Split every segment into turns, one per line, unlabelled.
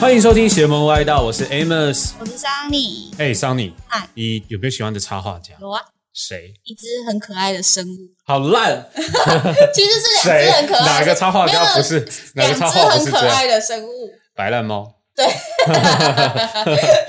欢迎收听邪门歪道，我是 Amos。
我是桑尼，
哎、桑尼，
嗨
你有没有喜欢的插画家？
有啊，
谁？
一只很可爱的生 物，
好烂！
其实是两
谁
只很可？爱的，
哪个插画
没有
家不是？哪
两
个
只
插画不
很
是
可
这样
爱？的生 物？
白烂猫。
对，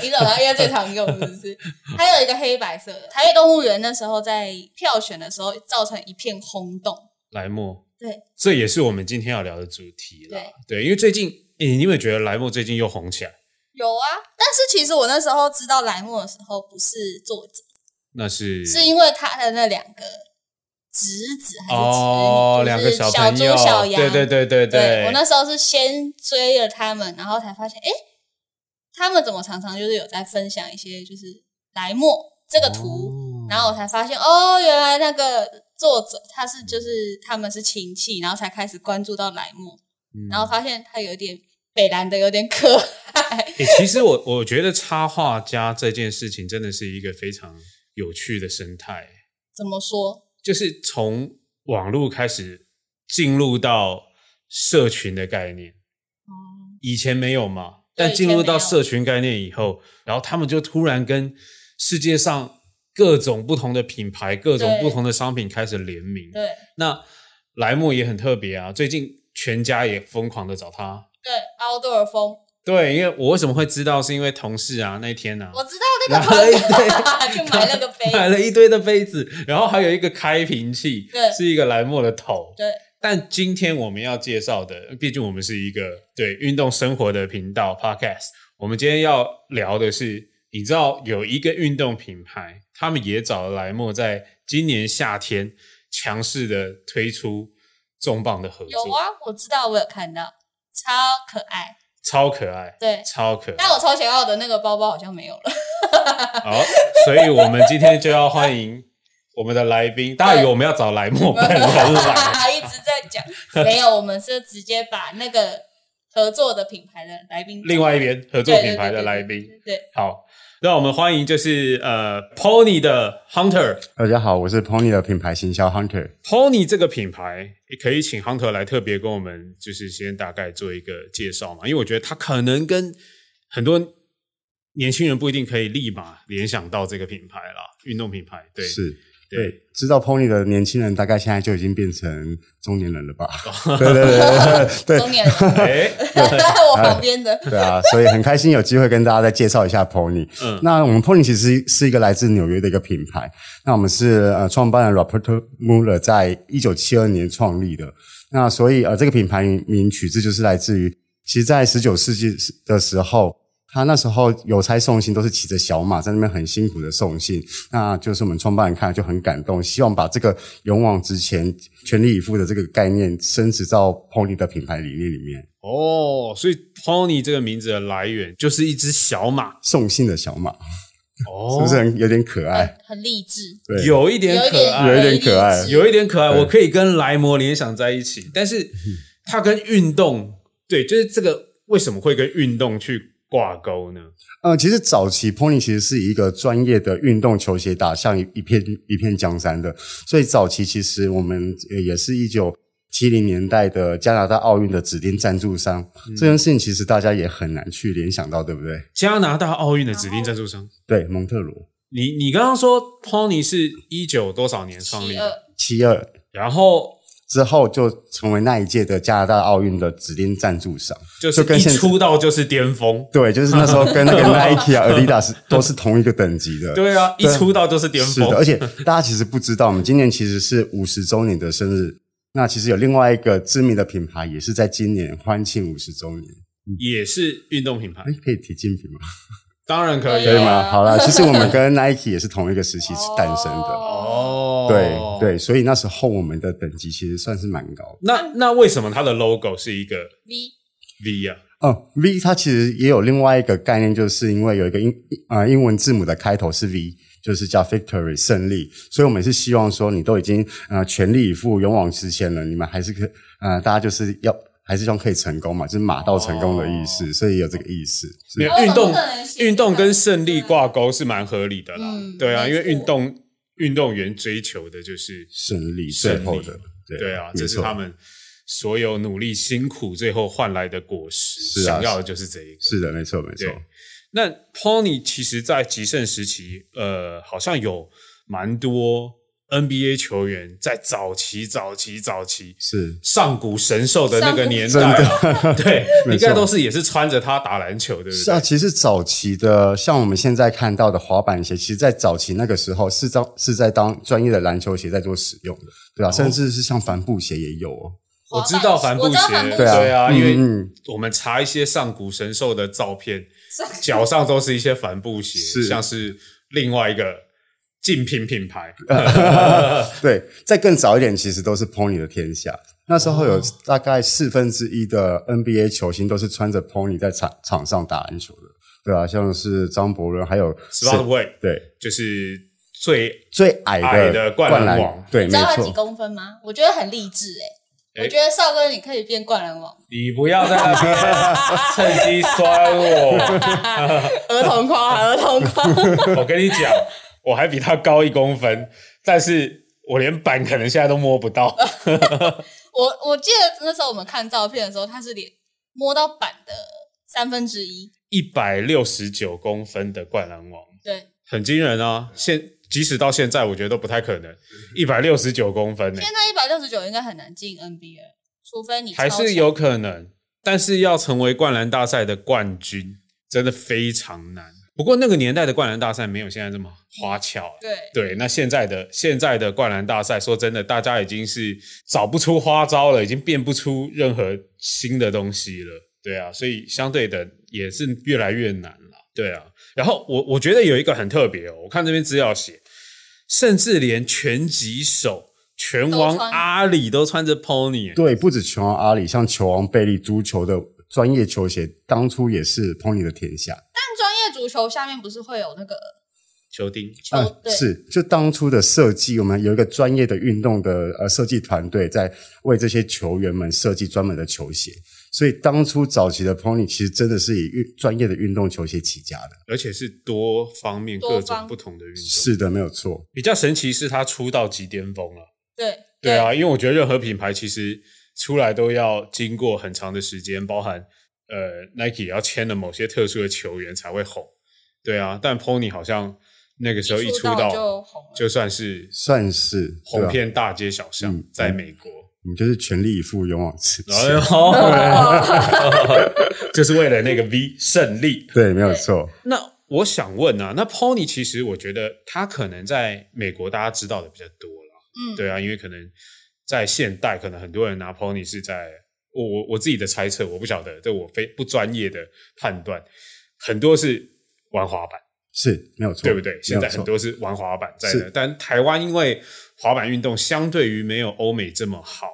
你懂吗？因为最常用是不 是？还有一个黑白色的，台北动物园那时候在票选的时候造成一片轰动。
莱莫，
对，
这也是我们今天要聊的主题啦。对，因为最近，诶、你有没有觉得莱莫最近又红起来？
有啊，但是其实我那时候知道莱莫的时候，不是作者，
那是
是因为他的那两个侄子还是侄女，
哦
就，是
两个
小
朋友，
猪小羊，
对对对对
对我那时候是先追了他们，然后才发现，哎，他们怎么常常就是有在分享一些就是莱莫这个图，
哦
然后我才发现，哦，原来那个作者他是就是他们是亲戚，然后才开始关注到莱莫，
嗯
然后发现他有点北兰的有点可爱，
欸，其实我我觉得插画家这件事情真的是一个非常有趣的生态，
怎么说？
就是从网络开始进入到社群的概念，
哦，
以前没有嘛，
对
但进入到
以前没
社
有
群概念以后，然后他们就突然跟世界上各种不同的品牌、各种
对
不同的商品开始联名。
对
那莱莫也很特别啊，最近全家也疯狂的找他。
对，奥多尔风，
对，因为我为什么会知道，是因为同事啊那天啊，
我知道那
然
个
后
朋
一
友
堆
去 买那个杯，
买了一堆的杯子，然后还有一个开瓶器，
对
是一个莱莫的头。
对
但今天我们要介绍的，毕竟我们是一个对运动生活的频道 podcast，我们今天要聊的是，你知道有一个运动品牌，他们也找了莱莫在今年夏天强势的推出重磅的合作，
有啊，我知道，我有看到，超可爱，
超可爱，
对。
超可爱。
但我超想要的那个包包好像没有了。
好，所以我们今天就要欢迎我们的来宾。大家以为我们要找莱莫本人 来，
一直在讲，没有，我们是直接把那个合作的品牌的来宾，
另外一边合
合
作品牌的来宾。，
对对，
好，那我们欢迎就是呃 Pony 的 Hunter。
大家好，我是 Pony 的品牌行销 Hunter。
Pony 这个品牌，也可以请 Hunter 来特别跟我们就是先大概做一个介绍嘛，因为我觉得他可能跟很多年轻人不一定可以立马联想到这个品牌啦，运动品牌。对，
是
对，，
知道 Pony 的年轻人大概现在就已经变成中年人了 吧？对对对对对
中年人
哎，
在 我旁边的，
对对啊！所以很开心有机会跟大家再介绍一下 Pony。
嗯
那我们 Pony 其实是一个来自纽约的一个品牌。那我们是呃创办人 Robert Muller 在一九七二年创立的。那所以呃这个品牌名取自就是来自于，其实，在十九世纪的时候。他那时候邮差送信都是骑着小马在那边很辛苦的送信，那就是我们创办人看了就很感动，希望把这个勇往直前、全力以赴的这个概念升值到 Pony 的品牌理念里面。
哦，所以 Pony 这个名字的来源就是一只小马，
送信的小马，
哦
是不是很有点可爱？
很很励志，
对，
哎有一点
有一
可
点
爱，
有一点可爱
励志
有一点可爱，
对嗯
我可以跟莱摩联想在一起，但是它跟运动，对，就是这个为什么会跟运动去挂钩呢？
呃，其实早期 Pony 其实是一个专业的运动球鞋打向一一片一片江山的，所以早期其实我们呃也是一九七零年代的加拿大奥运的指定赞助商，这件事情其实大家也很难去联想到，对不对？
加拿大奥运的指定赞助商，
对，蒙特罗
你你刚刚说 Pony 是一九多少年创立
七
的？
二，
七二
然后
之后就成为那一届的加拿大奥运的指定赞助商。
就是
就跟
一
现在
出道就是巅峰，
对，就是那时候跟那 个 Nike 啊、Adidas 都是同一个等级的。
对啊，一
对
出道就是巅
是的，
峰
而，且大家其实不知道，我们今年其实是五十周年的生日。那其实有另外一个知名的品牌也是在今年欢庆五十周年，
也是运动品牌
哎，，可以提竞品吗？
当然可以
对
可
啊
以吗？好啦，其实我们跟 Nike 也是同一个时期诞生的，
哦，
哦，
对对，所以那时候我们的等级其实算是蛮高的。
那那为什么它的 logo 是一个
V
V 啊？
嗯，V 它其实也有另外一个概念，就是因为有一个英呃英文字母的开头是 V，就是叫 victory 胜利，所以我们是希望说你都已经呃全力以赴、勇往直前了，你们还是可呃大家就是要还是希望可以成功嘛，就是马到成功的意
哦
思，所以有这个意思。是
没有
哦我
运动
怎么可能喜欢
运动跟胜利挂钩是蛮合理的啦。
嗯
对啊，
没
因为
错
运动运动员追求的就是
胜利
胜利
最后的，对
对啊，
没
这是
错
他们所有努力辛苦最后换来的果实，
是啊
想要的就是这一个。
是的，没错，没错。
对那 Pony 其实，在极盛时期，呃，好像有蛮多 NBA 球员在早期、早期、早期
是
上古神兽的那个年代啊， 对，应该都是也是穿着它打篮球，对不
是啊，
对？
其实早期的像我们现在看到的滑板鞋，其实，在早期那个时候是当是在当专业的篮球鞋在做使用的，对
哦
吧、甚至是像帆布鞋也有哦。
我知道帆布
我知道帆
鞋，
布
对啊
对啊，
嗯
因为
嗯
我们查一些上古神兽的照片，脚上都是一些帆布鞋，
是
像是另外一个竞品品 牌，
啊 对，再更早一点，其实都是 Pony 的天下。那时
哦
候有大概四分之一的 NBA 球星都是穿着 Pony 在场场上打篮球的，对啊，像是张伯伦，还有
十八
谁
位
对
就是最
最矮
矮
的
的灌
灌
篮
篮
王
对，
你
没
知道他几
错，
公分吗？我觉得很励志哎、
哎
我觉得少哥你可以变灌 篮王，
你不要在那 边趁机酸我，
儿童夸，儿童夸。
我跟你讲，我还比他高一公分，但是我连板可能现在都摸不到。
我我记得那时候我们看照片的时候，他是连摸到板的三分之一，
一百六十九公分的灌篮王，
对，
很惊人啊！现即使到现在，我觉得都不太可能，一百六十九公分呢、
现在一百六十九应该很难进 NBA，除非你超
还是
强
有可能，但是要成为灌篮大赛的冠军，真的非常难。不过那个年代的灌篮大赛没有现在这么花俏、啊，
对
对，那现在的现在的灌篮大赛，说真的，大家已经是找不出花招了，已经变不出任何新的东西了。对啊，所以相对的也是越来越难了。对啊，然后我我觉得有一个很特别哦，我看这边资料写，甚至连拳击手拳王
都穿
阿里都穿着 pony，耶
对，不止球王阿里，像球王贝利，足球的专业球鞋当初也是 Pony 的天下。
但专业足球下面不是会有那个
球钉，
球
嗯，
队？
是，就当初的设计，我们有一个专业的运动的呃设计团队在为这些球员们设计专门的球鞋，所以当初早期的 Pony 其实真的是以运专业的运动球鞋起家的。
而且是多方面
多
各
方
种不同的运动。
是的，没有错。
比较神奇是他出道即巅峰了。
对
对啊，因为我觉得任何品牌其实出来都要经过很长的时间，包含呃 Nike 也要签了某些特殊的球员才会红。对啊，但 Pony 好像那个时候一出
道
道
就红了，
就算是
算是对
红
吧？
遍大街小巷
嗯，
在美国。
我们就是全力以赴，勇往直
哎呦
前。，
就是为了那个 V 胜利。
对，没有错。
那我想问啊，那 Pony 其实我觉得它可能在美国大家知道的比较多了，
嗯，
对啊，因为可能在现代，可能很多人拿 Pony 是在我我我自己的猜测，我不晓得，这我非不专业的判断，很多是玩滑板，
是没有错，
对不对？现
没
在
有
很
错。
多是玩滑板在
是
那，但台湾因为滑板运动相对于没有欧美这么好，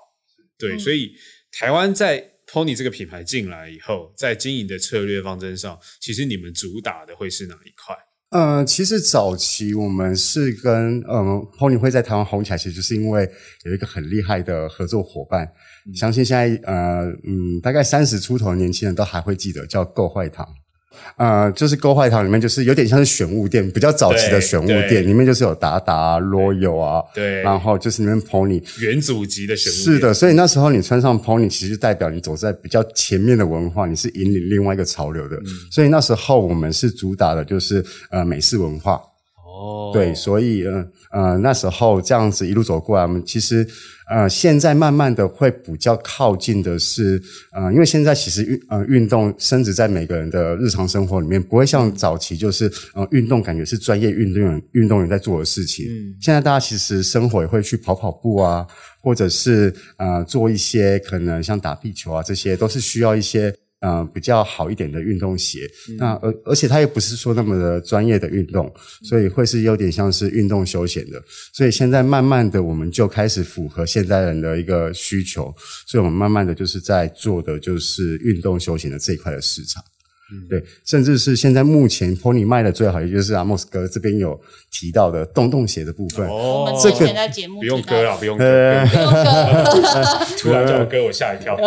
对，
嗯
所以台湾在 Pony 这个品牌进来以后，在经营的策略方针上，其实你们主打的会是哪一块？
呃，其实早期我们是跟嗯 Pony 会在台湾红起来，其实就是因为有一个很厉害的合作伙伴。
嗯
相信现在呃嗯，大概三十出头的年轻人都还会记得叫购坏堂。呃，就是购坏堂里面就是有点像是选物店，比较早期的
对
选物
对
店，里面就是有达达啊、Royal 啊，
对，
然后就是里面 Pony，
元祖级的选物
是的，所以那时候你穿上 pony，其实代表你走在比较前面的文化，你是引领另外一个潮流的。
嗯
所以那时候我们是主打的就是呃美式文化，
哦，
对，所以呃呃那时候这样子一路走过来，我们其实呃现在慢慢的会比较靠近的是呃，因为现在其实运呃运动升值在每个人的日常生活里面，不会
嗯
像早期就是呃运动感觉是专业运动员运动员在做的事情。
嗯
现在大家其实生活也会去跑跑步啊，或者是呃做一些可能像打壁球啊，这些都是需要一些呃比较好一点的运动鞋。那而而且它也不是说那么的专业的运动，所以会是有点像是运动休闲的。所以现在慢慢的我们就开始符合现代人的一个需求，所以我们慢慢的就是在做的就是运动休闲的这一块的市场。对，甚至是现在目前 Pony 卖的最好，也就是阿莫斯哥这边有提到的洞洞鞋的部分。
我
哦
们，
这
之
个
前在节目
不用
提到
割啊了，不用
呃
割，不用
不用割，
割 突然叫我割，我吓一跳。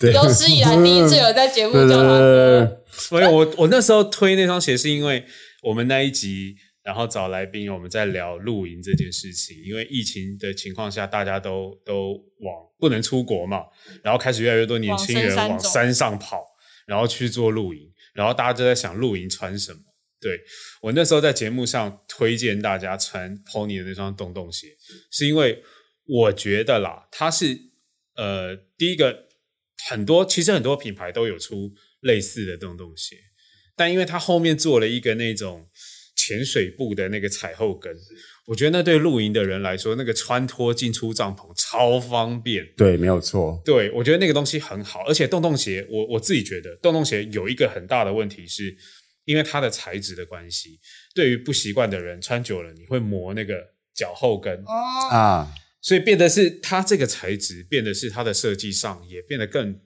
对
有史以来第一次有在 节目叫他割。
所以我我那时候推那双鞋是因为我们那一集然后找来宾，我们在聊露营这件事情。因为疫情的情况下，大家都都往不能出国嘛，然后开始越来越多年轻人
往深山
往
走
山上跑，然后去做露营，然后大家就在想露营穿什么。对我那时候在节目上推荐大家穿 Pony 的那双洞洞鞋，是因为我觉得啦，它是呃第一个很多其实很多品牌都有出类似的洞洞鞋，但因为它后面做了一个那种潜水布的那个踩后跟，我觉得那对露营的人来说，那个穿脱进出帐篷超方便。
对，没有错。
对，我觉得那个东西很好，而且洞洞鞋，我我自己觉得洞洞鞋有一个很大的问题是，因为它的材质的关系，对于不习惯的人穿久了，你会磨那个脚后跟，
哦，
啊，
所以变得是它这个材质，变得是它的设计上也变得更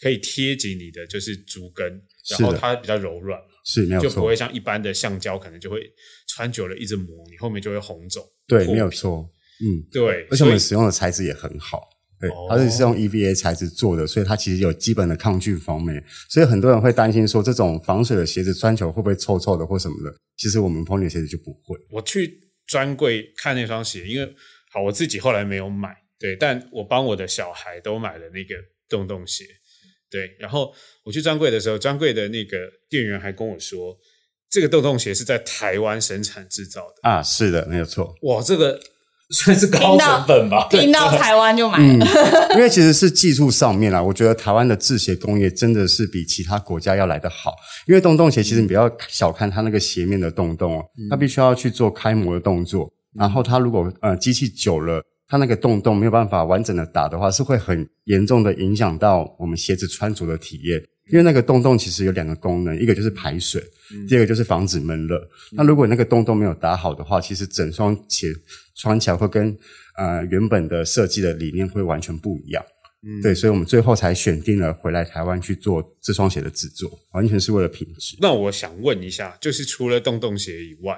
可以贴紧你的就是足跟，
是
然后
的
它比较柔软，
是没有
就不
错
会，像一般的橡胶可能就会穿久了一直磨，你后面就会红肿。
对，
破
没有
皮
错，嗯，
对，
而且我
所以
们使用的材质也很好，对
哦，
它是用 EVA 材质做的，所以它其实有基本的抗菌方面，所以很多人会担心说这种防水的鞋子穿久会不会臭臭的或什么的，其实我们 Pony 的鞋子就不会，
我去专柜看那双鞋，因为好我自己后来没有买，对，但我帮我的小孩都买了那个洞洞鞋，对。然后我去专柜的时候，专柜的那个店员还跟我说，这个洞洞鞋是在台湾生产制造的。
啊，是的，没有错，
哇，这个 算是高成本吧？
听到台湾就买了。
嗯， 因为其实是技术上面啊啦，我觉得台湾的制鞋工业真的是比其他国家要来得好。因为洞洞鞋其实你不要小看它那个鞋面的洞洞哦，它必须要去做开模的动作。然后它如果呃机器久了，它那个洞洞没有办法完整的打的话，是会很严重的影响到我们鞋子穿着的体验。因为那个洞洞其实有两个功能，一个就是排水，第二个就是防止闷热。那如果那个洞洞没有打好的话，其实整双鞋穿起来会跟呃原本的设计的理念会完全不一样。
嗯
对，所以我们最后才选定了回来台湾去做这双鞋的制作，完全是为了品质。
那我想问一下，就是除了洞洞鞋以外，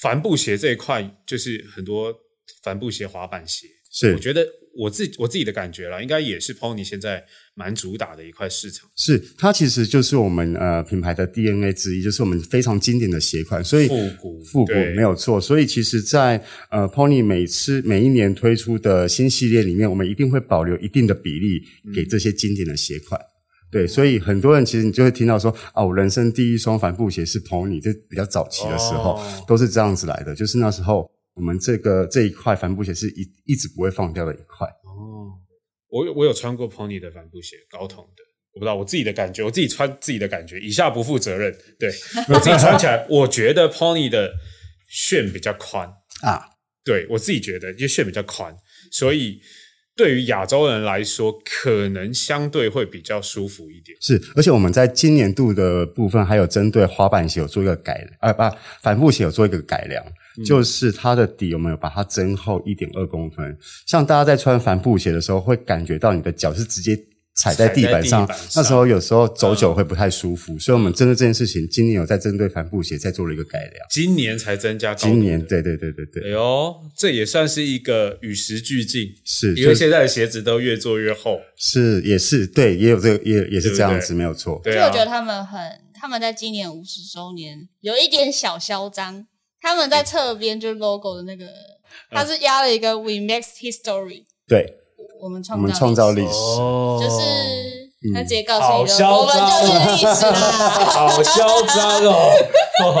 帆布鞋这一块，就是很多帆布鞋、滑板鞋，我
是
觉得我自我自己的感觉啦，应该也是 Pony 现在蛮主打的一块市场，
是，它其实就是我们呃品牌的 DNA 之一，就是我们非常经典的鞋款，所以
复古
复古
对
没有错。所以其实在，呃 Pony 每次每一年推出的新系列里面，我们一定会保留一定的比例
嗯
给这些经典的鞋款。对，所以很多人其实你就会听到说啊，我人生第一双帆布鞋是 Pony，这比较早期的时候、
哦
都是这样子来的，就是那时候我们这个这一块帆布鞋是一一直不会放掉的一块。
哦。我有我有穿过 Pony 的帆布鞋，高筒的，我不知道我自己的感觉，我自己穿自己的感觉，以下不负责任。 对我自己穿起来，我觉得 Pony 的楦比较宽
啊，
对我自己觉得，因为楦比较宽，所以对于亚洲人来说，可能相对会比较舒服一点。
是，而且我们在今年度的部分还有针对滑板鞋有做一个改，呃，不，帆布鞋有做一个改良，就是它的底我们有把它增厚一点二公分。像大家在穿帆布鞋的时候，会感觉到你的脚是直接踩在地板上，
踩在地板上
那时候有时候走久会不太舒服，所以我们针对这件事情，今年有在针对帆布鞋再做了一个改良。
今年才增加高度的，
今年，对对对对
哎
对，
呦，这也算是一个与时俱进，
是，
因为
就
现在的鞋子都越做越厚。
是也是对，也有这个也也是这样
对不
子，没有错。
对
就
啊，
我觉得他们很，他们在今年五十周年有一点小嚣张，他们在侧边就是 logo 的那个，
嗯
它是压了一个 We Make History，
对，
我们
我
创
们创造
历
历史，嗯
哦
史，就是他直接告诉
好
你的，我
嚣
们
张
就是历史啊啦。
哦 好嚣张哦！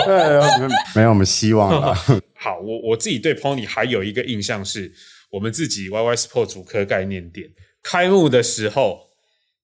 对，没有，我们希望啦。
好，我我自己对 Pony 还有一个印象是，我们自己 YY Sport 主科概念店开幕的时候，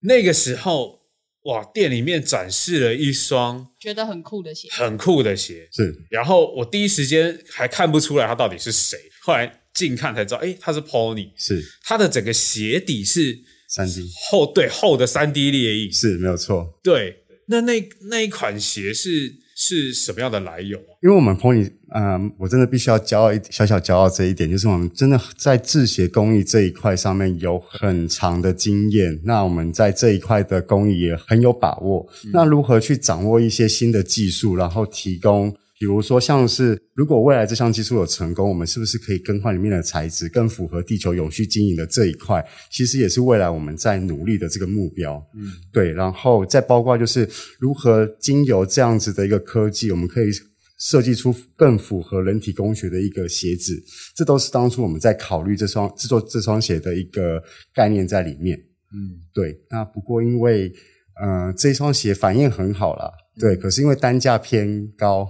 那个时候哇，店里面展示了一双
觉得很酷的鞋，
很酷的鞋，
是
然后我第一时间还看不出来它到底是谁，后来近看才知道，诶，它是 Pony，
是
它的整个鞋底是
三 D
厚，对厚的三 D 裂印，
是没有错，
对，那那那一款鞋是是什么样的来由啊？
因为我们 Pony，嗯、我真的必须要骄傲一小小骄傲这一点，就是我们真的在制鞋工艺这一块上面有很长的经验，那我们在这一块的工艺也很有把握。那如何去掌握一些新的技术，然后提供？比如说，像是如果未来这项技术有成功，我们是不是可以更换里面的材质，更符合地球永续经营的这一块？其实也是未来我们在努力的这个目标。对，然后再包括就是如何经由这样子的一个科技，我们可以设计出更符合人体工学的一个鞋子，这都是当初我们在考虑这双制作这双鞋的一个概念在里面。
嗯，
对，那不过因为呃这双鞋反应很好啦，对，可是因为单价偏高，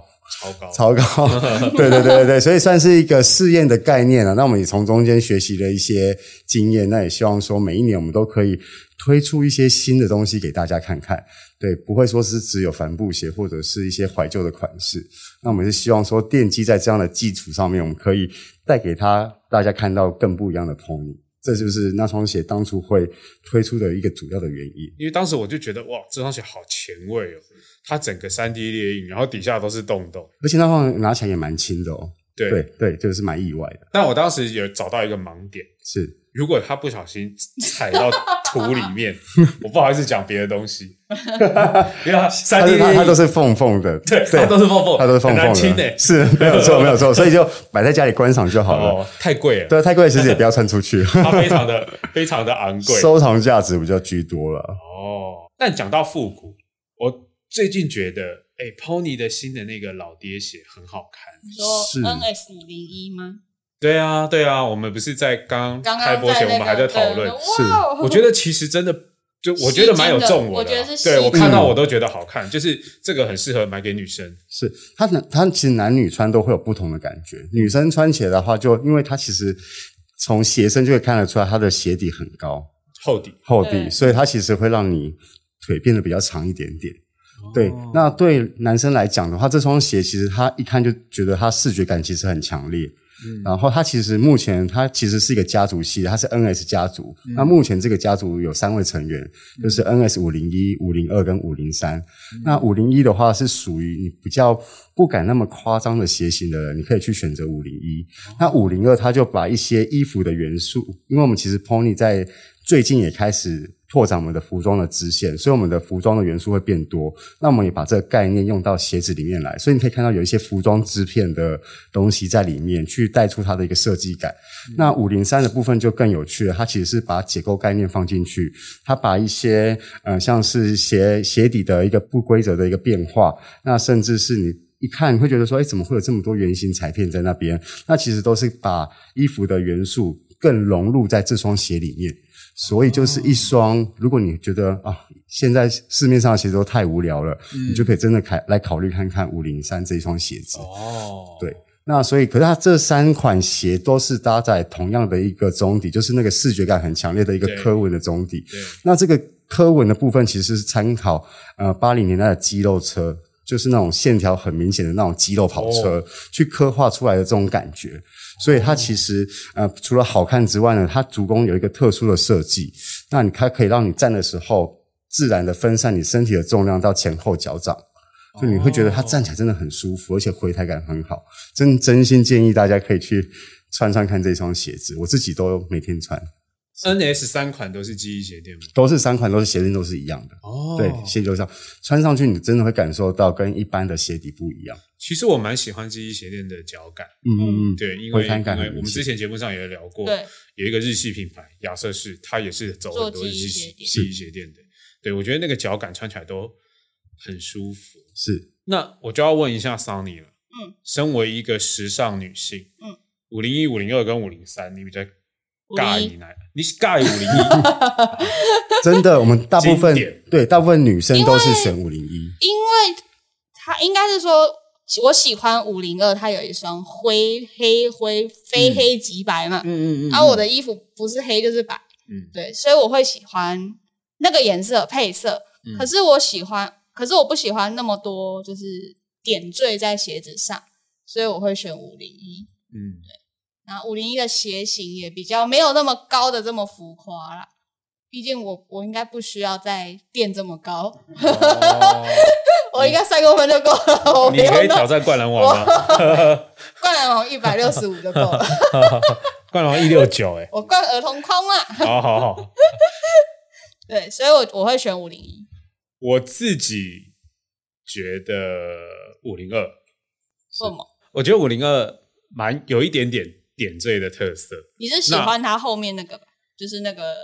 超高，
超高，对对对对对，所以算是一个试验的概念啊。那我们也从中间学习了一些经验，那也希望说每一年我们都可以推出一些新的东西给大家看看。对，不会说是只有帆布鞋或者是一些怀旧的款式。那我们是希望说奠基在这样的基础上面，我们可以带给他大家看到更不一样的 pony。这就是那双鞋当初会推出的一个主要的原因。
因为当时我就觉得哇，这双鞋好前卫哦，它整个三 D 列印，然后底下都是洞洞。
而且那双拿起来也蛮轻的哦。
对，
对对，就是蛮意外的，
但我当时有找到一个盲点，
是。
如果他不小心踩到土里 面，我不好意思讲别的东西，因为三 D 列
它它它
印
都是缝缝的，
啊对，它都是缝缝，
它都是缝
很难
缝
清欸
的，
诶。
是没有错，没有错，所以就摆在家里观赏就好了。
哦，太贵了，
对，啊太贵的鞋子也不要穿 出去，
它非常的非常的昂贵。
收藏价值比较居多了。
哦，但讲到复古，我最近觉得，哎、p o n y 的新的那个老爹鞋很好看。
你说
是
NS 五零一吗？
对啊，对啊，我们不是在刚
刚
开
刚
播前，我
那个
们还在讨论。
是
哇哦
我觉得其实真的，就我觉得蛮有重我
吸睛的我觉
的啊
得是
对
吸
我看到
睛
我都觉得好看，就是这个很适合买给女生。
是它男，它其实男女穿都会有不同的感觉。女生穿起来的话就，因为它其实从鞋身就可以看得出来，它的鞋底很高
厚底，
厚
对
底，所以它其实会让你腿变得比较长一点点。对，那对男生来讲的话，这双鞋其实他一看就觉得他视觉感其实很强烈。然后它其实目前它其实是一个家族系，它是 NS 家族。那目前这个家族有三位成员，就是 NS 五零一、五零二跟五零三。那五零一的话是属于你比较不敢那么夸张的鞋型的人，你可以去选择五零一。那五零二它就把一些衣服的元素，因为我们其实 Pony 在最近也开始拓展我们的服装的支线，所以我们的服装的元素会变多。那我们也把这个概念用到鞋子里面来，所以你可以看到有一些服装织片的东西在里面，去带出它的一个设计感。那五零三的部分就更有趣了，它其实是把解构概念放进去，它把一些呃像是鞋鞋底的一个不规则的一个变化，那甚至是你。一看你会觉得说，哎，怎么会有这么多圆形裁片在那边？那其实都是把衣服的元素更融入在这双鞋里面。所以就是一双，如果你觉得啊，现在市面上的鞋子都太无聊了，你就可以真的考来考虑看看五零三这一双鞋子。
哦，
对那所以，可是它这三款鞋都是搭载同样的一个中底，就是那个视觉感很强烈的一个
对
科纹的中底。
对，
那这个科纹的部分其实是参考呃八零年代的肌肉车，就是那种线条很明显的那种肌肉跑
哦
车，去刻画出来的这种感觉。所以它其实呃除了好看之外呢，它足弓有一个特殊的设计，那你它可以让你站的时候自然的分散你身体的重量到前后脚掌。就你会觉得它站起来真的很舒服，而且回抬感很好，真真心建议大家可以去穿穿看这双鞋子，我自己都每天穿，
NS 哦三款都是记忆鞋垫吗？
都是三款，都是鞋垫都是一样的。
哦
对，鞋底上穿上去，你真的会感受到跟一般的鞋底不一样。
其实我蛮喜欢记忆鞋垫的脚感，
嗯嗯嗯，
对，因为
回弹
因
感
为
很
我们
明
之
显
前节目上也聊过，
对，
有一个日系品牌亚瑟士，它也是走很多日系
做记
记
忆鞋垫
忆鞋垫的，对我觉得那个脚感穿起来都很舒服。
是
那我就要问一下 Sunny 了，
嗯，
身为一个时尚女性，
嗯，
五零一、五零二跟五零三，你比较尬
501
你哪？你是尬五零一，
真的。我们大部分
经典
对大部分女生都是选五零一，
因为他应该是说，我喜欢五零二，它有一双灰黑灰非黑即白嘛，
嗯嗯嗯，
啊而、我的衣服不是黑就是白，
嗯
对，所以我会喜欢那个颜色配色。
嗯
可是我喜欢，可是我不喜欢那么多就是点缀在鞋子上，所以我会选五零一。
嗯，
然后五零一的鞋型也比较没有那么高的这么浮夸啦，毕竟我我应该不需要再垫这么高，
嗯哦
我应该三公分就够了，我不
你可
用
以挑
到
战灌篮王吗？
灌篮王一百六十五就够了，
灌篮王一六九，哎，
我灌儿童框啦。
好好好，
对，所以我我会选五零一。
我自己觉得五零二，
为什么？
我觉得五零二蛮有一点点点缀的特色，
你是喜欢它后面那个吧？就是那个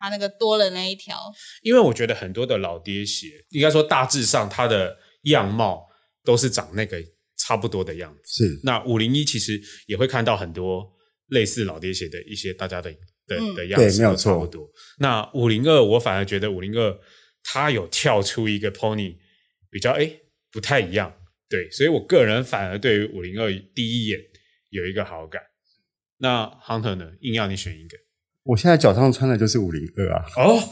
它那个多了那一条，
因为我觉得很多的老爹鞋，应该说大致上它的样貌都是长那个差不多的样子。
是
那五零一其实也会看到很多类似老爹鞋的一些大家的的
嗯
的样
对
子，
没有
差
错
不多。那五零二，我反而觉得五零二它有跳出一个 pony 比较哎不太一样，对，所以我个人反而对于五零二第一眼有一个好感。那 Hunter 呢，硬要你选一个
我现在脚上穿的就是五零二啊，
哦，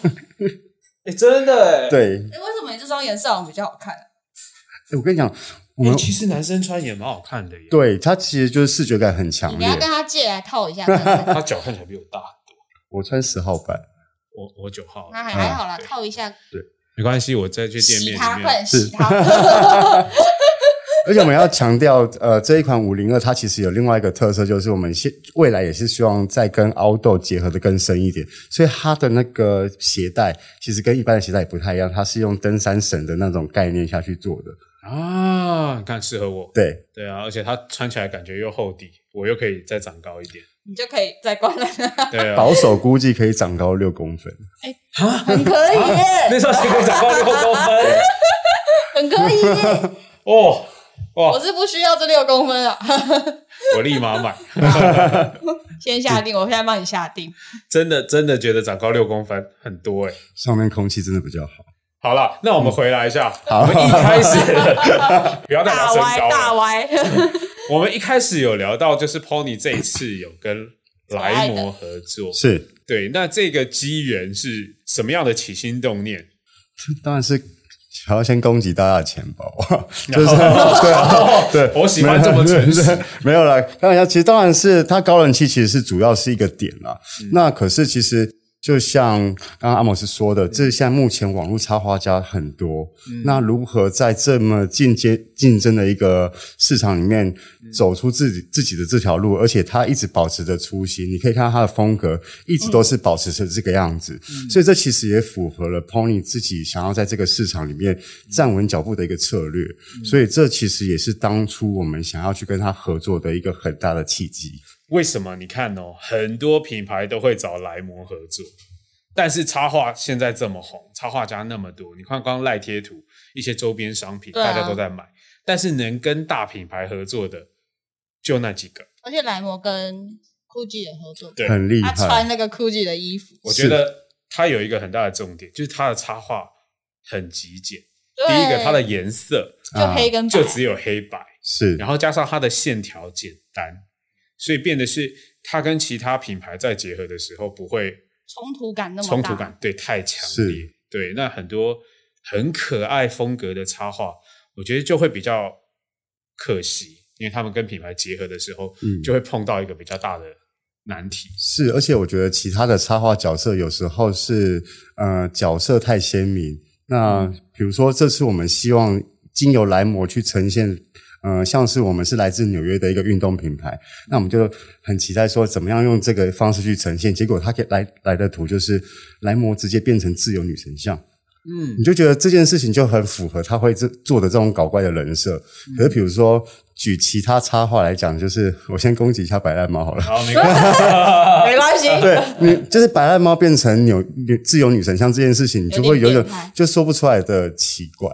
哎、真的哎，
对，
哎，为什么你这双颜色好像比较好看？啊
诶我跟你讲，我
诶
们
其实男生穿也蛮好看的耶，，
对它其实就是视觉感很强
你
烈
要。跟他借来套一下，看看
他脚看起来比我大，
我穿十号版，
我我九号，
那还还好啦，套一下，
没关系，我再去店面
洗他，
里
快
面
点洗他。
而且我们要强调，呃，这一款五零二它其实有另外一个特色，就是我们现未来也是希望再跟凹豆结合的更深一点，所以它的那个鞋带其实跟一般的鞋带也不太一样，它是用登山绳的那种概念下去做的。
啊，你看适合我，
对，
对啊，而且它穿起来感觉又厚底，我又可以再长高一点。
你就可以再关了，
对 啊，
保守估计可以长高六公分。
很可以耶，
双鞋可以长高六公分
很可以耶。
哦，
我
哇，
是不需要这六公分啊，
我立马买，
先下定，我现在帮你下定。
真的真的觉得长高六公分很多哎、
上面空气真的比较好。
好了，那我们回来一下，我们一开 始不要再聊
大
身
歪
高
大
了，
歪，
我们一开始有聊到，就是 Pony 这一次有跟莱摩合作，
是，
对，那这个机缘是什么样的起心动念？
当然是还要先攻击大家的钱包， 就是 对啊，对，
我喜欢这么诚实。
没有啦，开玩笑，其实当然是它高冷气其实是主要是一个点啦。
嗯
那可是其实就像刚刚阿莫斯说
嗯
的，这现在目前网络插画家很多，那如何在这么进阶竞争的一个市场里面
嗯
走出自己自己的这条路，而且他一直保持着初心，你可以看到他的风格一直都是保持着这个样子，所以这其实也符合了 Pony 自己想要在这个市场里面站稳脚步的一个策略，所以这其实也是当初我们想要去跟他合作的一个很大的契机。
为什么？你看哦，很多品牌都会找莱摩合作，但是插画现在这么红，插画家那么多，你看光赖贴图一些周边商品，
对啊
大家都在买，但是能跟大品牌合作的就那几个。
而且莱摩跟 GUCCI 也合作，
对
很厉
他
害，
穿那个 GUCCI 的衣服，
我觉得它有一个很大的重点，就是它的插画很极简。第一个，
对嗯
它的颜色
就黑跟白，
就只有黑白，
是
然后加上它的线条简单，所以变得是它跟其他品牌在结合的时候不会
冲突感那么大，
冲突感对太强烈
是，
对那很多很可爱风格的插画，我觉得就会比较可惜，因为他们跟品牌结合的时候，
嗯
就会碰到一个比较大的难题。
是，而且我觉得其他的插画角色有时候是呃角色太鲜明。那比如说这次我们希望经由莱摩去呈现。呃，像是我们是来自纽约的一个运动品牌，那我们就很期待说怎么样用这个方式去呈现。结果他给来来的图就是莱摩直接变成自由女神像，
嗯
你就觉得这件事情就很符合他会这做的这种搞怪的人设。可是比如说举其他插画来讲，就是我先攻击一下白烂猫好了。
好， 没关系，
没关系，
对你就是白烂猫变成扭女自由女神像这件事情，你就会
有
有
点
点
变态
就说不出来的奇怪。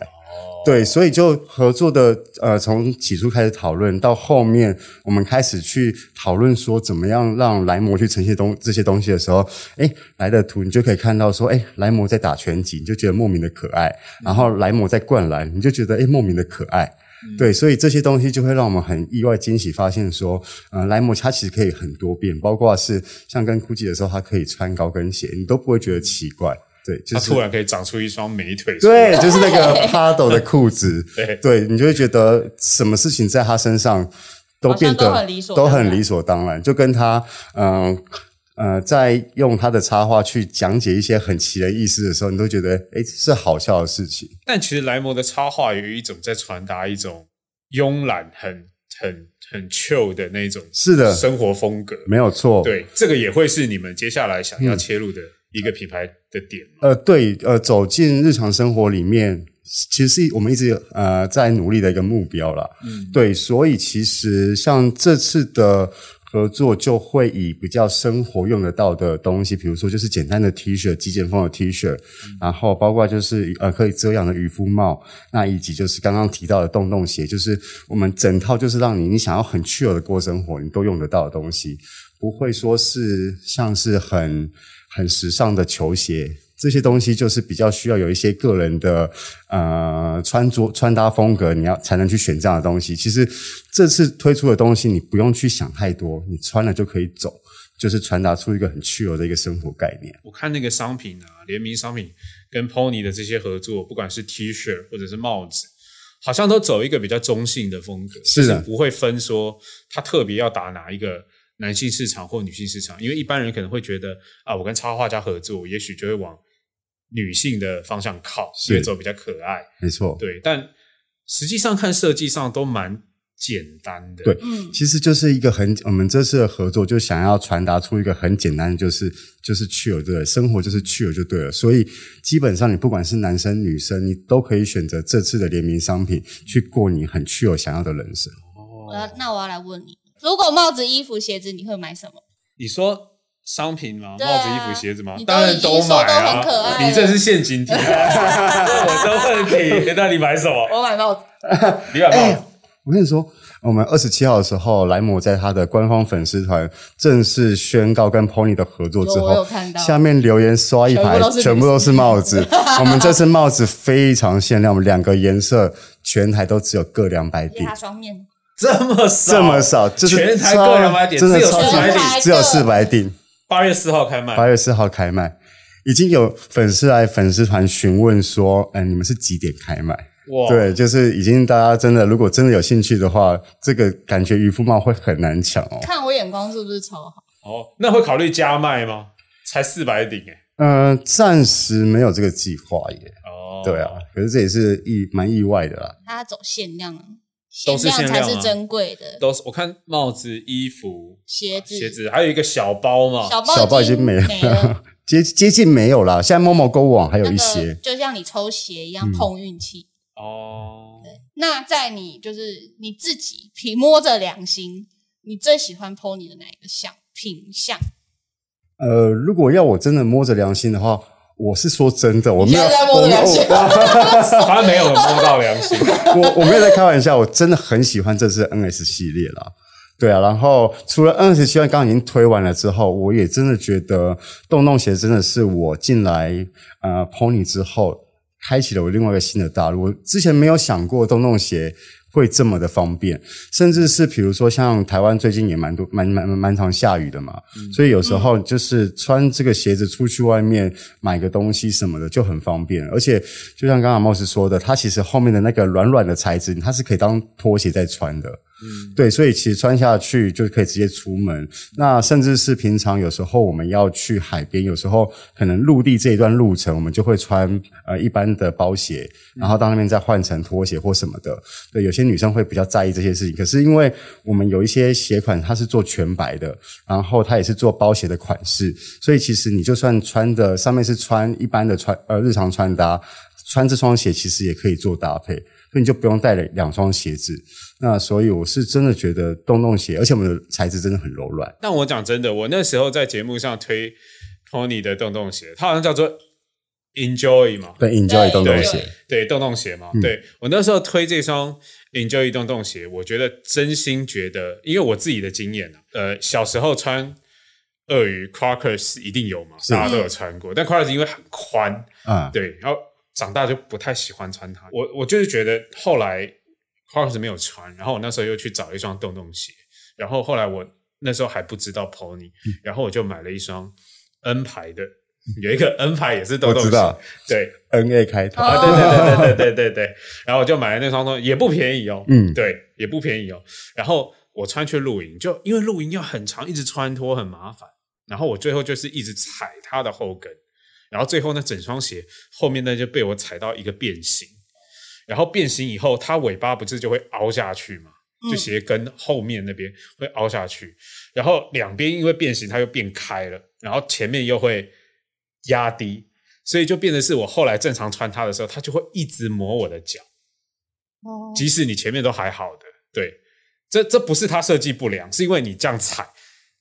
对，所以就合作的呃，从起初开始讨论到后面，我们开始去讨论说怎么样让莱摩去呈现东这些东西的时候，哎，来的图你就可以看到说，哎，莱摩在打拳击，你就觉得莫名的可爱；然后莱摩在灌篮，你就觉得哎莫名的可爱。
嗯
对，所以这些东西就会让我们很意外惊喜，发现说，呃，莱姆它其实可以很多变，包括是像跟 GUCCI 的时候，它可以穿高跟鞋，你都不会觉得奇怪。对，就
它
是
突然可以长出一双美腿出来，
对，就是那 个 Prado 的裤子，
对
对你就会觉得什么事情在他身上都
好像
变得
都很理所
都
当然
很理所当然，就跟他嗯呃在用他的插画去讲解一些很奇人异事的时候，你都觉得诶是好笑的事情。
但其实莱摩的插画有一种在传达一种慵懒、很很很 chill 的那种
是的
生活风格。
没有错，
对，这个也会是你们接下来想
嗯
要切入的一个品牌的点嘛？
呃，对，呃，走进日常生活里面，其实是我们一直呃在努力的一个目标啦。
嗯，
对，所以其实像这次的合作就会以比较生活用得到的东西，比如说就是简单的 T 恤、极简风的 T 恤，然后包括就是呃可以遮阳的渔夫帽，那以及就是刚刚提到的洞洞鞋，就是我们整套就是让你你想要很自由的过生活，你都用得到的东西，不会说是像是很很时尚的球鞋。这些东西就是比较需要有一些个人的呃穿着穿搭风格，你要才能去选这样的东西。其实这次推出的东西，你不用去想太多，你穿了就可以走，就是传达出一个很自由的一个生活概念。
我看那个商品啊，联名商品跟 Pony 的这些合作，不管是 T 恤或者是帽子，好像都走一个比较中性的风格，
是的
就不会分说它特别要打哪一个男性市场或女性市场，因为一般人可能会觉得啊，我跟插画家合作，也许就会往女性的方向靠，
是
因为走比较可爱，
没错，
对，但实际上看设计上都蛮简单的，
对
嗯，
其实就是一个很我们这次的合作，就想要传达出一个很简单的，就是就是去有对了，生活就是去有就对了。所以基本上你不管是男生女生，你都可以选择这次的联名商品去过你很去有想要的人生。
哦
我要那我要来问你，如果帽子、衣服、鞋子，你会买什么？
你说商品吗？
对
帽
啊
子、衣服、鞋子吗
你？都
当然
已经
买
说都
啊！
很可爱
你这是陷 阱题、啊，问我这问题。那你买什么？
我买帽子，
你买帽子？
我跟你说，我们二十七号的时候，莱姆在他的官方粉丝团正式宣告跟 Pony 的合作之
有我有
后
看，到
下面留言刷一
全
排
部都是，女
全部都是帽子。我们这次帽子非常限量，我们两个颜色全台都只有各两百
因为
顶
它。双面。
这么少？
这么少，就是
全台
超
各200顶
真的
只有
超级
400
顶
只有四百顶。
八月四号开卖
八月四号开卖，已经有粉丝来粉丝团询问说，嗯、你们是几点开卖？
哇！
对，就是已经大家真的，如果真的有兴趣的话，这个感觉渔夫帽会很难抢哦。
看我眼光是不是超好？
哦，那会考虑加卖吗？才四百顶哎！
嗯、暂时没有这个计划耶。
哦，
对啊，可是这也是意蛮意外的啦。
它走限量啊，
都是限
量才
量啊
是珍贵的。
都是我看帽子、衣服、
鞋子，
哦鞋子，还有一个小包嘛。
小包
哦小包已经
经
没
了，
接接近没有啦，现在 Momo 购物网还有
那
一
个
些。
就像你抽鞋一样
嗯
碰运气。
哦，
那在你就是你自己凭摸着良心，你最喜欢 pony 的哪一个项品项？
呃，如果要我真的摸着良心的话，我是说真的，我没有，
你现在在摸着良心
我我
他没有摸到良心。
我 我没有在开玩笑，我真的很喜欢这次 NS 系列啦。对啊，然后除了 NS 系列刚刚已经推完了之后，我也真的觉得洞洞鞋真的是我进来呃 Pony 之后，开启了我另外一个新的大陆。我之前没有想过洞洞鞋会这么的方便，甚至是比如说像台湾最近也蛮多蛮蛮蛮蛮常下雨的嘛，所以有时候就是穿这个鞋子出去外面买个东西什么的就很方便，而且就像刚刚莫斯说的，它其实后面的那个软软的材质，它是可以当拖鞋在穿的。对，所以其实穿下去就可以直接出门。那甚至是平常有时候我们要去海边，有时候可能陆地这一段路程，我们就会穿呃一般的包鞋，然后到那边再换成拖鞋或什么的。对，有些女生会比较在意这些事情。可是因为我们有一些鞋款它是做全白的，然后它也是做包鞋的款式，所以其实你就算穿的上面是穿一般的穿呃日常穿搭，穿这双鞋其实也可以做搭配，所以你就不用带了两双鞋子。那所以我是真的觉得洞洞鞋，而且我们的材质真的很柔软，
但我讲真的，我那时候在节目上推 Pony 的洞洞鞋，它好像叫做 Enjoy 嘛，
对，enjoy 洞洞
对
鞋，嗯
对，洞洞鞋嘛。对我那时候推这双 Enjoy 洞洞鞋，我觉得真心觉得，因为我自己的经验啊，呃，小时候穿鳄鱼 Crockers 一定有嘛，
是
大家都有穿过，但 Crockers 因为很宽，
啊、
对，然后长大就不太喜欢穿它。我我就是觉得后来 Crocs 没有穿，然后我那时候又去找一双洞洞鞋，然后后来我那时候还不知道 Pony，、然
嗯
后我就买了一双 N 牌的，有一个 N 牌也是洞洞
我知
鞋
道，
对，
n A 开头，
啊，
哦
对对对对对对对对，然后我就买了那双东西，也不便宜哦，
嗯
对，也不便宜哦。然后我穿去露营，就因为露营要很长，一直穿脱很麻烦。然后我最后就是一直踩它的后跟，然后最后呢，整双鞋后面呢就被我踩到一个变形，然后变形以后，它尾巴不是就会凹下去吗？就
嗯
鞋跟后面那边会凹下去，然后两边因为变形它又变开了，然后前面又会压低，所以就变成是我后来正常穿它的时候，它就会一直磨我的脚，
哦，
即使你前面都还好的。对，这这不是它设计不良，是因为你这样踩，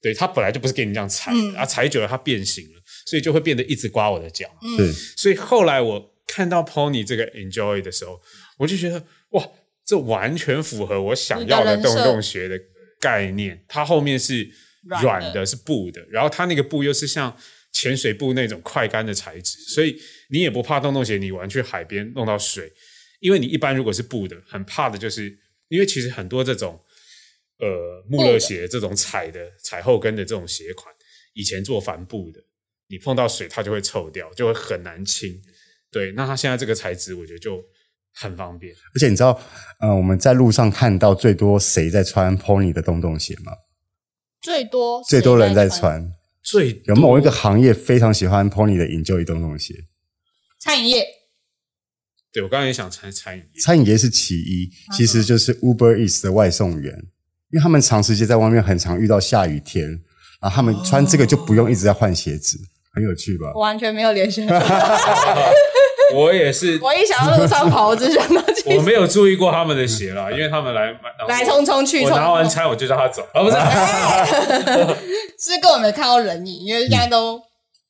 对，它本来就不是给你这样踩的，
嗯
啊，踩久了它变形了，所以就会变得一直刮我的脚。
嗯，
是
所以后来我看到 Pony 这个 Enjoy 的时候，我就觉得哇，这完全符合我想要的
你的人
洞
设
洞学的概念。它后面是
软的
软的，是布的，然后它那个布又是像潜水布那种快干的材质，所以你也不怕洞洞鞋你玩去海边弄到水，因为你一般如果是布的，很怕的就是因为其实很多这种呃穆勒鞋这种踩的踩后跟的这种鞋款，以前做帆布的，你碰到水它就会臭掉，就会很难清。对，那它现在这个材质，我觉得就很方便。
而且你知道，呃，我们在路上看到最多谁在穿 pony 的洞洞鞋吗？
最多
最多人在
在，
穿，
最
有某一个行业非常喜欢 pony 的 enjoy 洞洞鞋，
餐饮业
对我刚刚也想参参与，
餐饮业是其一，其
嗯
实就是 Uber Eats 的外送员，因为他们长时间在外面，很常遇到下雨天，然后他们穿这个就不用一直在换鞋子，很有趣吧？
我完全没有联想到，
我也是，
我一想到路上跑，我只想到去
我没有注意过他们的鞋啦，因为他们来买
来匆匆去
我
匆
拿完
匆，
餐我就让他走，啊不是，
是根本没看到人影，因为应该都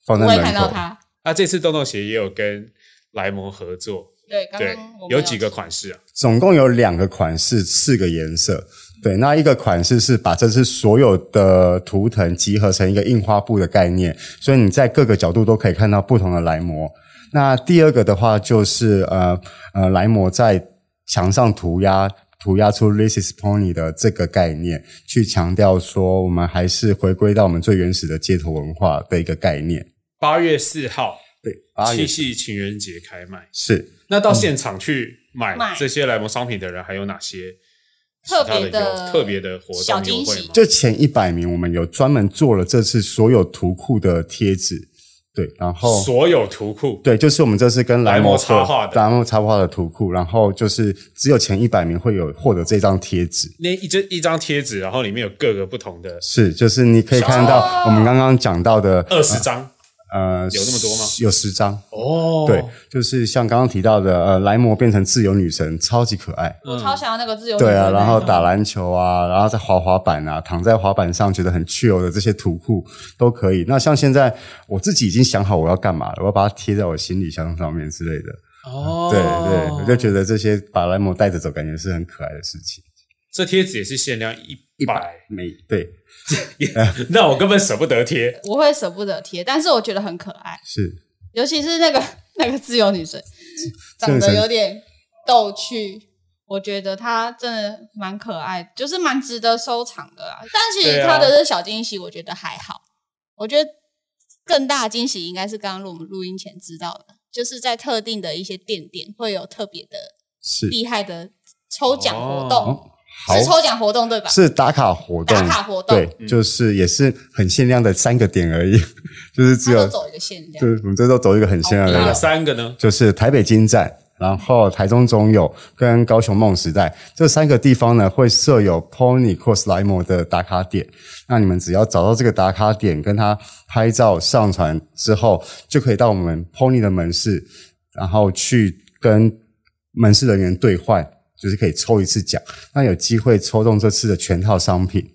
放
不
在
会
门
看到
口，
他。
那啊这次洞洞鞋也有跟莱蒙合作，
对，刚
对
刚我，们
有几个款式啊，
总共有两个款式，四个颜色。对，那一个款式是把这次所有的图腾集合成一个印花布的概念，所以你在各个角度都可以看到不同的莱摩。那第二个的话就是呃呃，莱摩在墙上涂鸦。涂鸦出 “This is Pony” 的这个概念，去强调说我们还是回归到我们最原始的街头文化的一个概念。
八月四号
对，八
七
月
夕情人节开卖，
是
那到现场去买
嗯买
这些莱蒙商品的人还有哪些其
特
他
别
的
的
有特别的活
小
动
惊
优惠
喜
吗？
就前一百名，我们有专门做了这次所有图库的贴纸，对，然后
所有图库
对，就是我们这次跟
莱
莱
摩
摩
插画的
莱摩插画的图库，然后就是只有前一百名会有获得这张贴纸。
那一这一张贴纸，然后里面有各个不同的
是，就是你可以看到我们刚刚讲到的，
啊二十张
呃，
有那么多吗
十有十张，
哦
对，就是像刚刚提到的，呃，莱摩变成自由女神，超级可爱，
我超想要那个自由女
对啊，
神的
然后
那种
打篮球啊，然后再滑滑板啊，躺在滑板上觉得很 chill 的这些图库都可以。那像现在我自己已经想好我要干嘛了，我要把它贴在我行李箱上面之类的。
哦
对对，我就觉得这些把莱姆带着走，感觉是很可爱的事情。
这贴纸也是限量一百，
没对，
那我根本舍不得贴。
我会舍不得贴，但是我觉得很可爱，
是
尤其是那个 那个自由女神，长得
自由女神
有点逗趣，我觉得她真的蛮可爱，就是蛮值得收藏的啦。但其
对
实
啊
她的这小惊喜，我觉得还好。我觉得更大的惊喜应该是刚刚我们录音前知道的，就是在特定的一些店点会有特别的
是，
厉害的抽奖活动，
哦好
是抽奖活动对吧？
是打卡活动，
打卡活动，
对，就是也是很限量的三个点而已， 就是只
它都
有
走一个限量
就。是我们这周走一个很限量的
好
路
哪
厉害
三个呢？
就是台北金站，然后台中中友跟高雄梦时代这三个地方呢，会设有 Pony Cross 莱摩的打卡点。那你们只要找到这个打卡点，跟他拍照上传之后，就可以到我们 Pony 的门市，然后去跟门市人员兑换，就是可以抽一次奖。那有机会抽中这次的全套商品。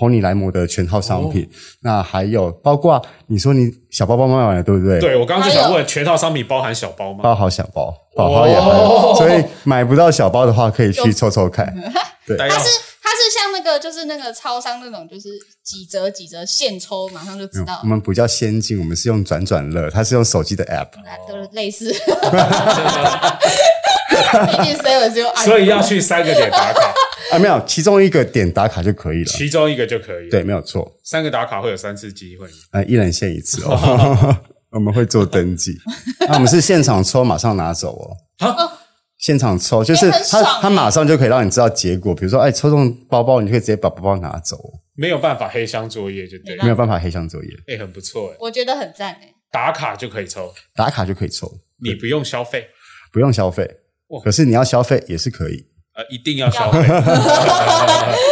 Pony 莱摩的全套商品，那还有包括你说你小包包卖完了，对不对？
对我刚刚就
还
想
有
问，全套商品包含小包吗？
包好小包，宝宝也还有，
哦
所以买不到小包的话，可以去抽抽看。对
大家
它是它是像那个就是那个超商那种，就是几折几折现抽，马上就知道
我，们比较先进，我们是用转转乐，它是用 手机的 app。
啊都是类 似。毕竟 seven 是用 iPhone，
所以要去三个点打卡，
啊，没有，其中一个点打卡就可以了。
其中一个就可以。
对，，没有错，
三个打卡会有三次机会。
呃，一人限一次 哦。 我们会做登记，啊那我们是现场抽，马上拿走哦。
啊
现场抽就是
哎很
他
爽哎，
他马上就可以让你知道结果。比如说，哎，抽中包包，你就可以直接把包包拿走哦，
没有办法黑箱作业就对
没
了
办
没。有办法黑箱作业，
哎，很不错哎，
我觉得很赞欸诶。
打卡就可以抽，
打卡就可以抽，
你不用消费，
不用消费
哇。
可是你要消费也是可以。
呃，一定要消费。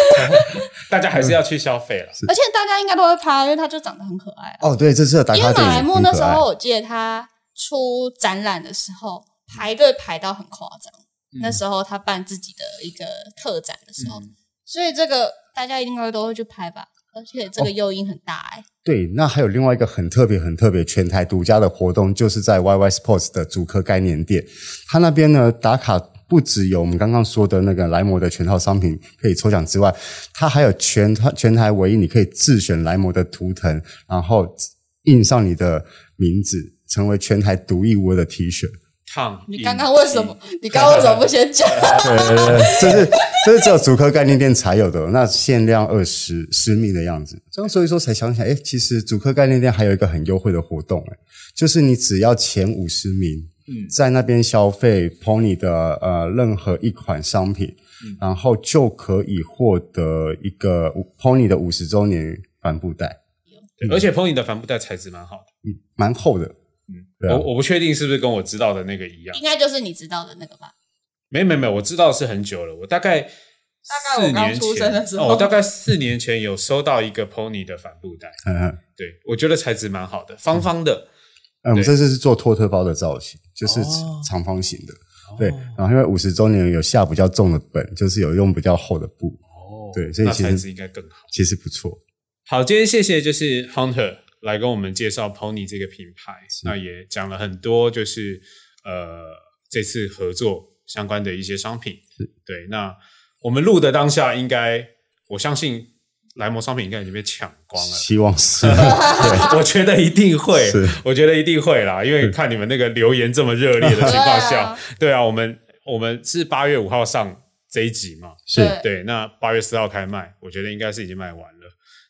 大家还是要去消费了。
而且大家应该都会拍，因为它就长得很可爱啊。
哦，对，这次的打
因为
卡点
马来
很
木
可
那时
爱
候，我记得他出展览的时候排队排到很夸张，
嗯
那时候他办自己的一个特展的时候，所以这个大家应该都会去拍吧。而且
哦
这个诱因很大哎、
对，那还有另外一个很特别、很特别、全台独家的活动，就是在 YY Sports 的主科概念店，它那边呢打卡不只有我们刚刚说的那个莱摩的全套商品可以抽奖之外，它还有全台全台唯一你可以自选莱摩的图腾，然后印上你的名字，成为全台独一无二的 T 恤。
烫。
你刚刚为什么？你刚刚为什么不先讲？
对对对，这是这是只有主科概念店才有的，那限量二十十米的样子。这样所以说才想起来，哎，其实主科概念店还有一个很优惠的活动，哎，就是你只要前五十名，
嗯
在那边消费 Pony 的呃任何一款商品，
嗯
然后就可以获得一个 Pony 的五十周年帆布袋，
对而且 Pony 的帆布袋材质蛮好的，
嗯，蛮厚的， 对啊
我我不确定是不是跟我知道的那个一样
应。该就是你知道的那个吧？
没没没，我知道是很久了，我大概
概我
四
刚
年
出
前
生的时
哦
候
我大概四年前有收到一个 Pony 的帆布袋，
嗯嗯。
对我觉得材质蛮好的，方方的。
嗯，我
对
们这次是做托特包的造型，就是
哦
长方形的。对，然后因为五十周年有下比较重的本，就是有用比较厚的布，
哦
对所以
那
其实
材质应该更好。
其实不错。
好，今天谢谢就是 Hunter 来跟我们介绍 Pony 这个品牌，那也讲了很多就是呃这次合作相关的一些商品。对，那我们录的当下应该，我相信莱摩商品应该已经被抢光了。
希望是
我觉得一定会
是，
我觉得一定会啦，因为看你们那个留言这么热烈的情况下， 对啊，我们我们是八月五号上这一集嘛，
是
对
对，那八月四号开卖，我觉得应该是已经卖完了。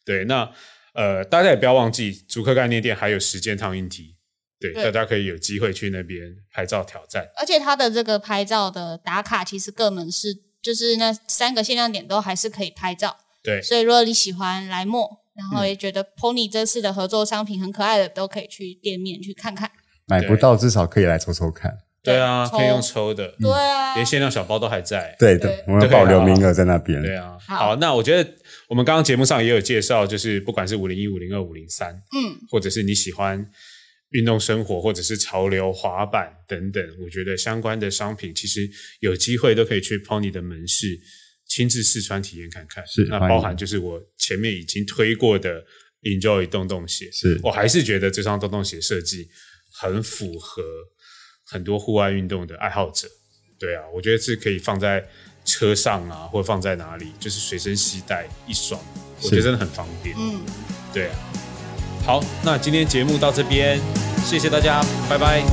对，那呃，大家也不要忘记，逐客概念店还有时间烫印题，对，
对
大家可以有机会去那边拍照挑战。
而且它的这个拍照的打卡，其实各门市就是那三个限量点都还是可以拍照。
对，
所以如果你喜欢莱莫，然后也觉得 Pony 这次的合作商品很可爱的，都可以去店面去看看。
买不到，至少可以来抽抽看。
对啊，
抽
可以用抽的，
对啊，
连限量小包都还在。
对
对
的，我们有保留名额在那边。
对啊，
好
好，那我觉得我们刚刚节目上也有介绍，就是不管是五零一、五零二、五零三，
嗯，
或者是你喜欢运动生活，或者是潮流滑板等等，我觉得相关的商品其实有机会都可以去 Pony 的门市亲自试穿体验看看。
是
那
欢
包
迎
含就是我前面已经推过的 Enjoy 洞洞鞋，
是
我还是觉得这双洞洞鞋设计很符合很多户外运动的爱好者。对啊，我觉得是可以放在车上啊，或者放在哪里，就是随身携带一双，我
是
觉得真的很方便。
嗯，
对啊。好，那今天节目到这边，谢谢大家，拜拜。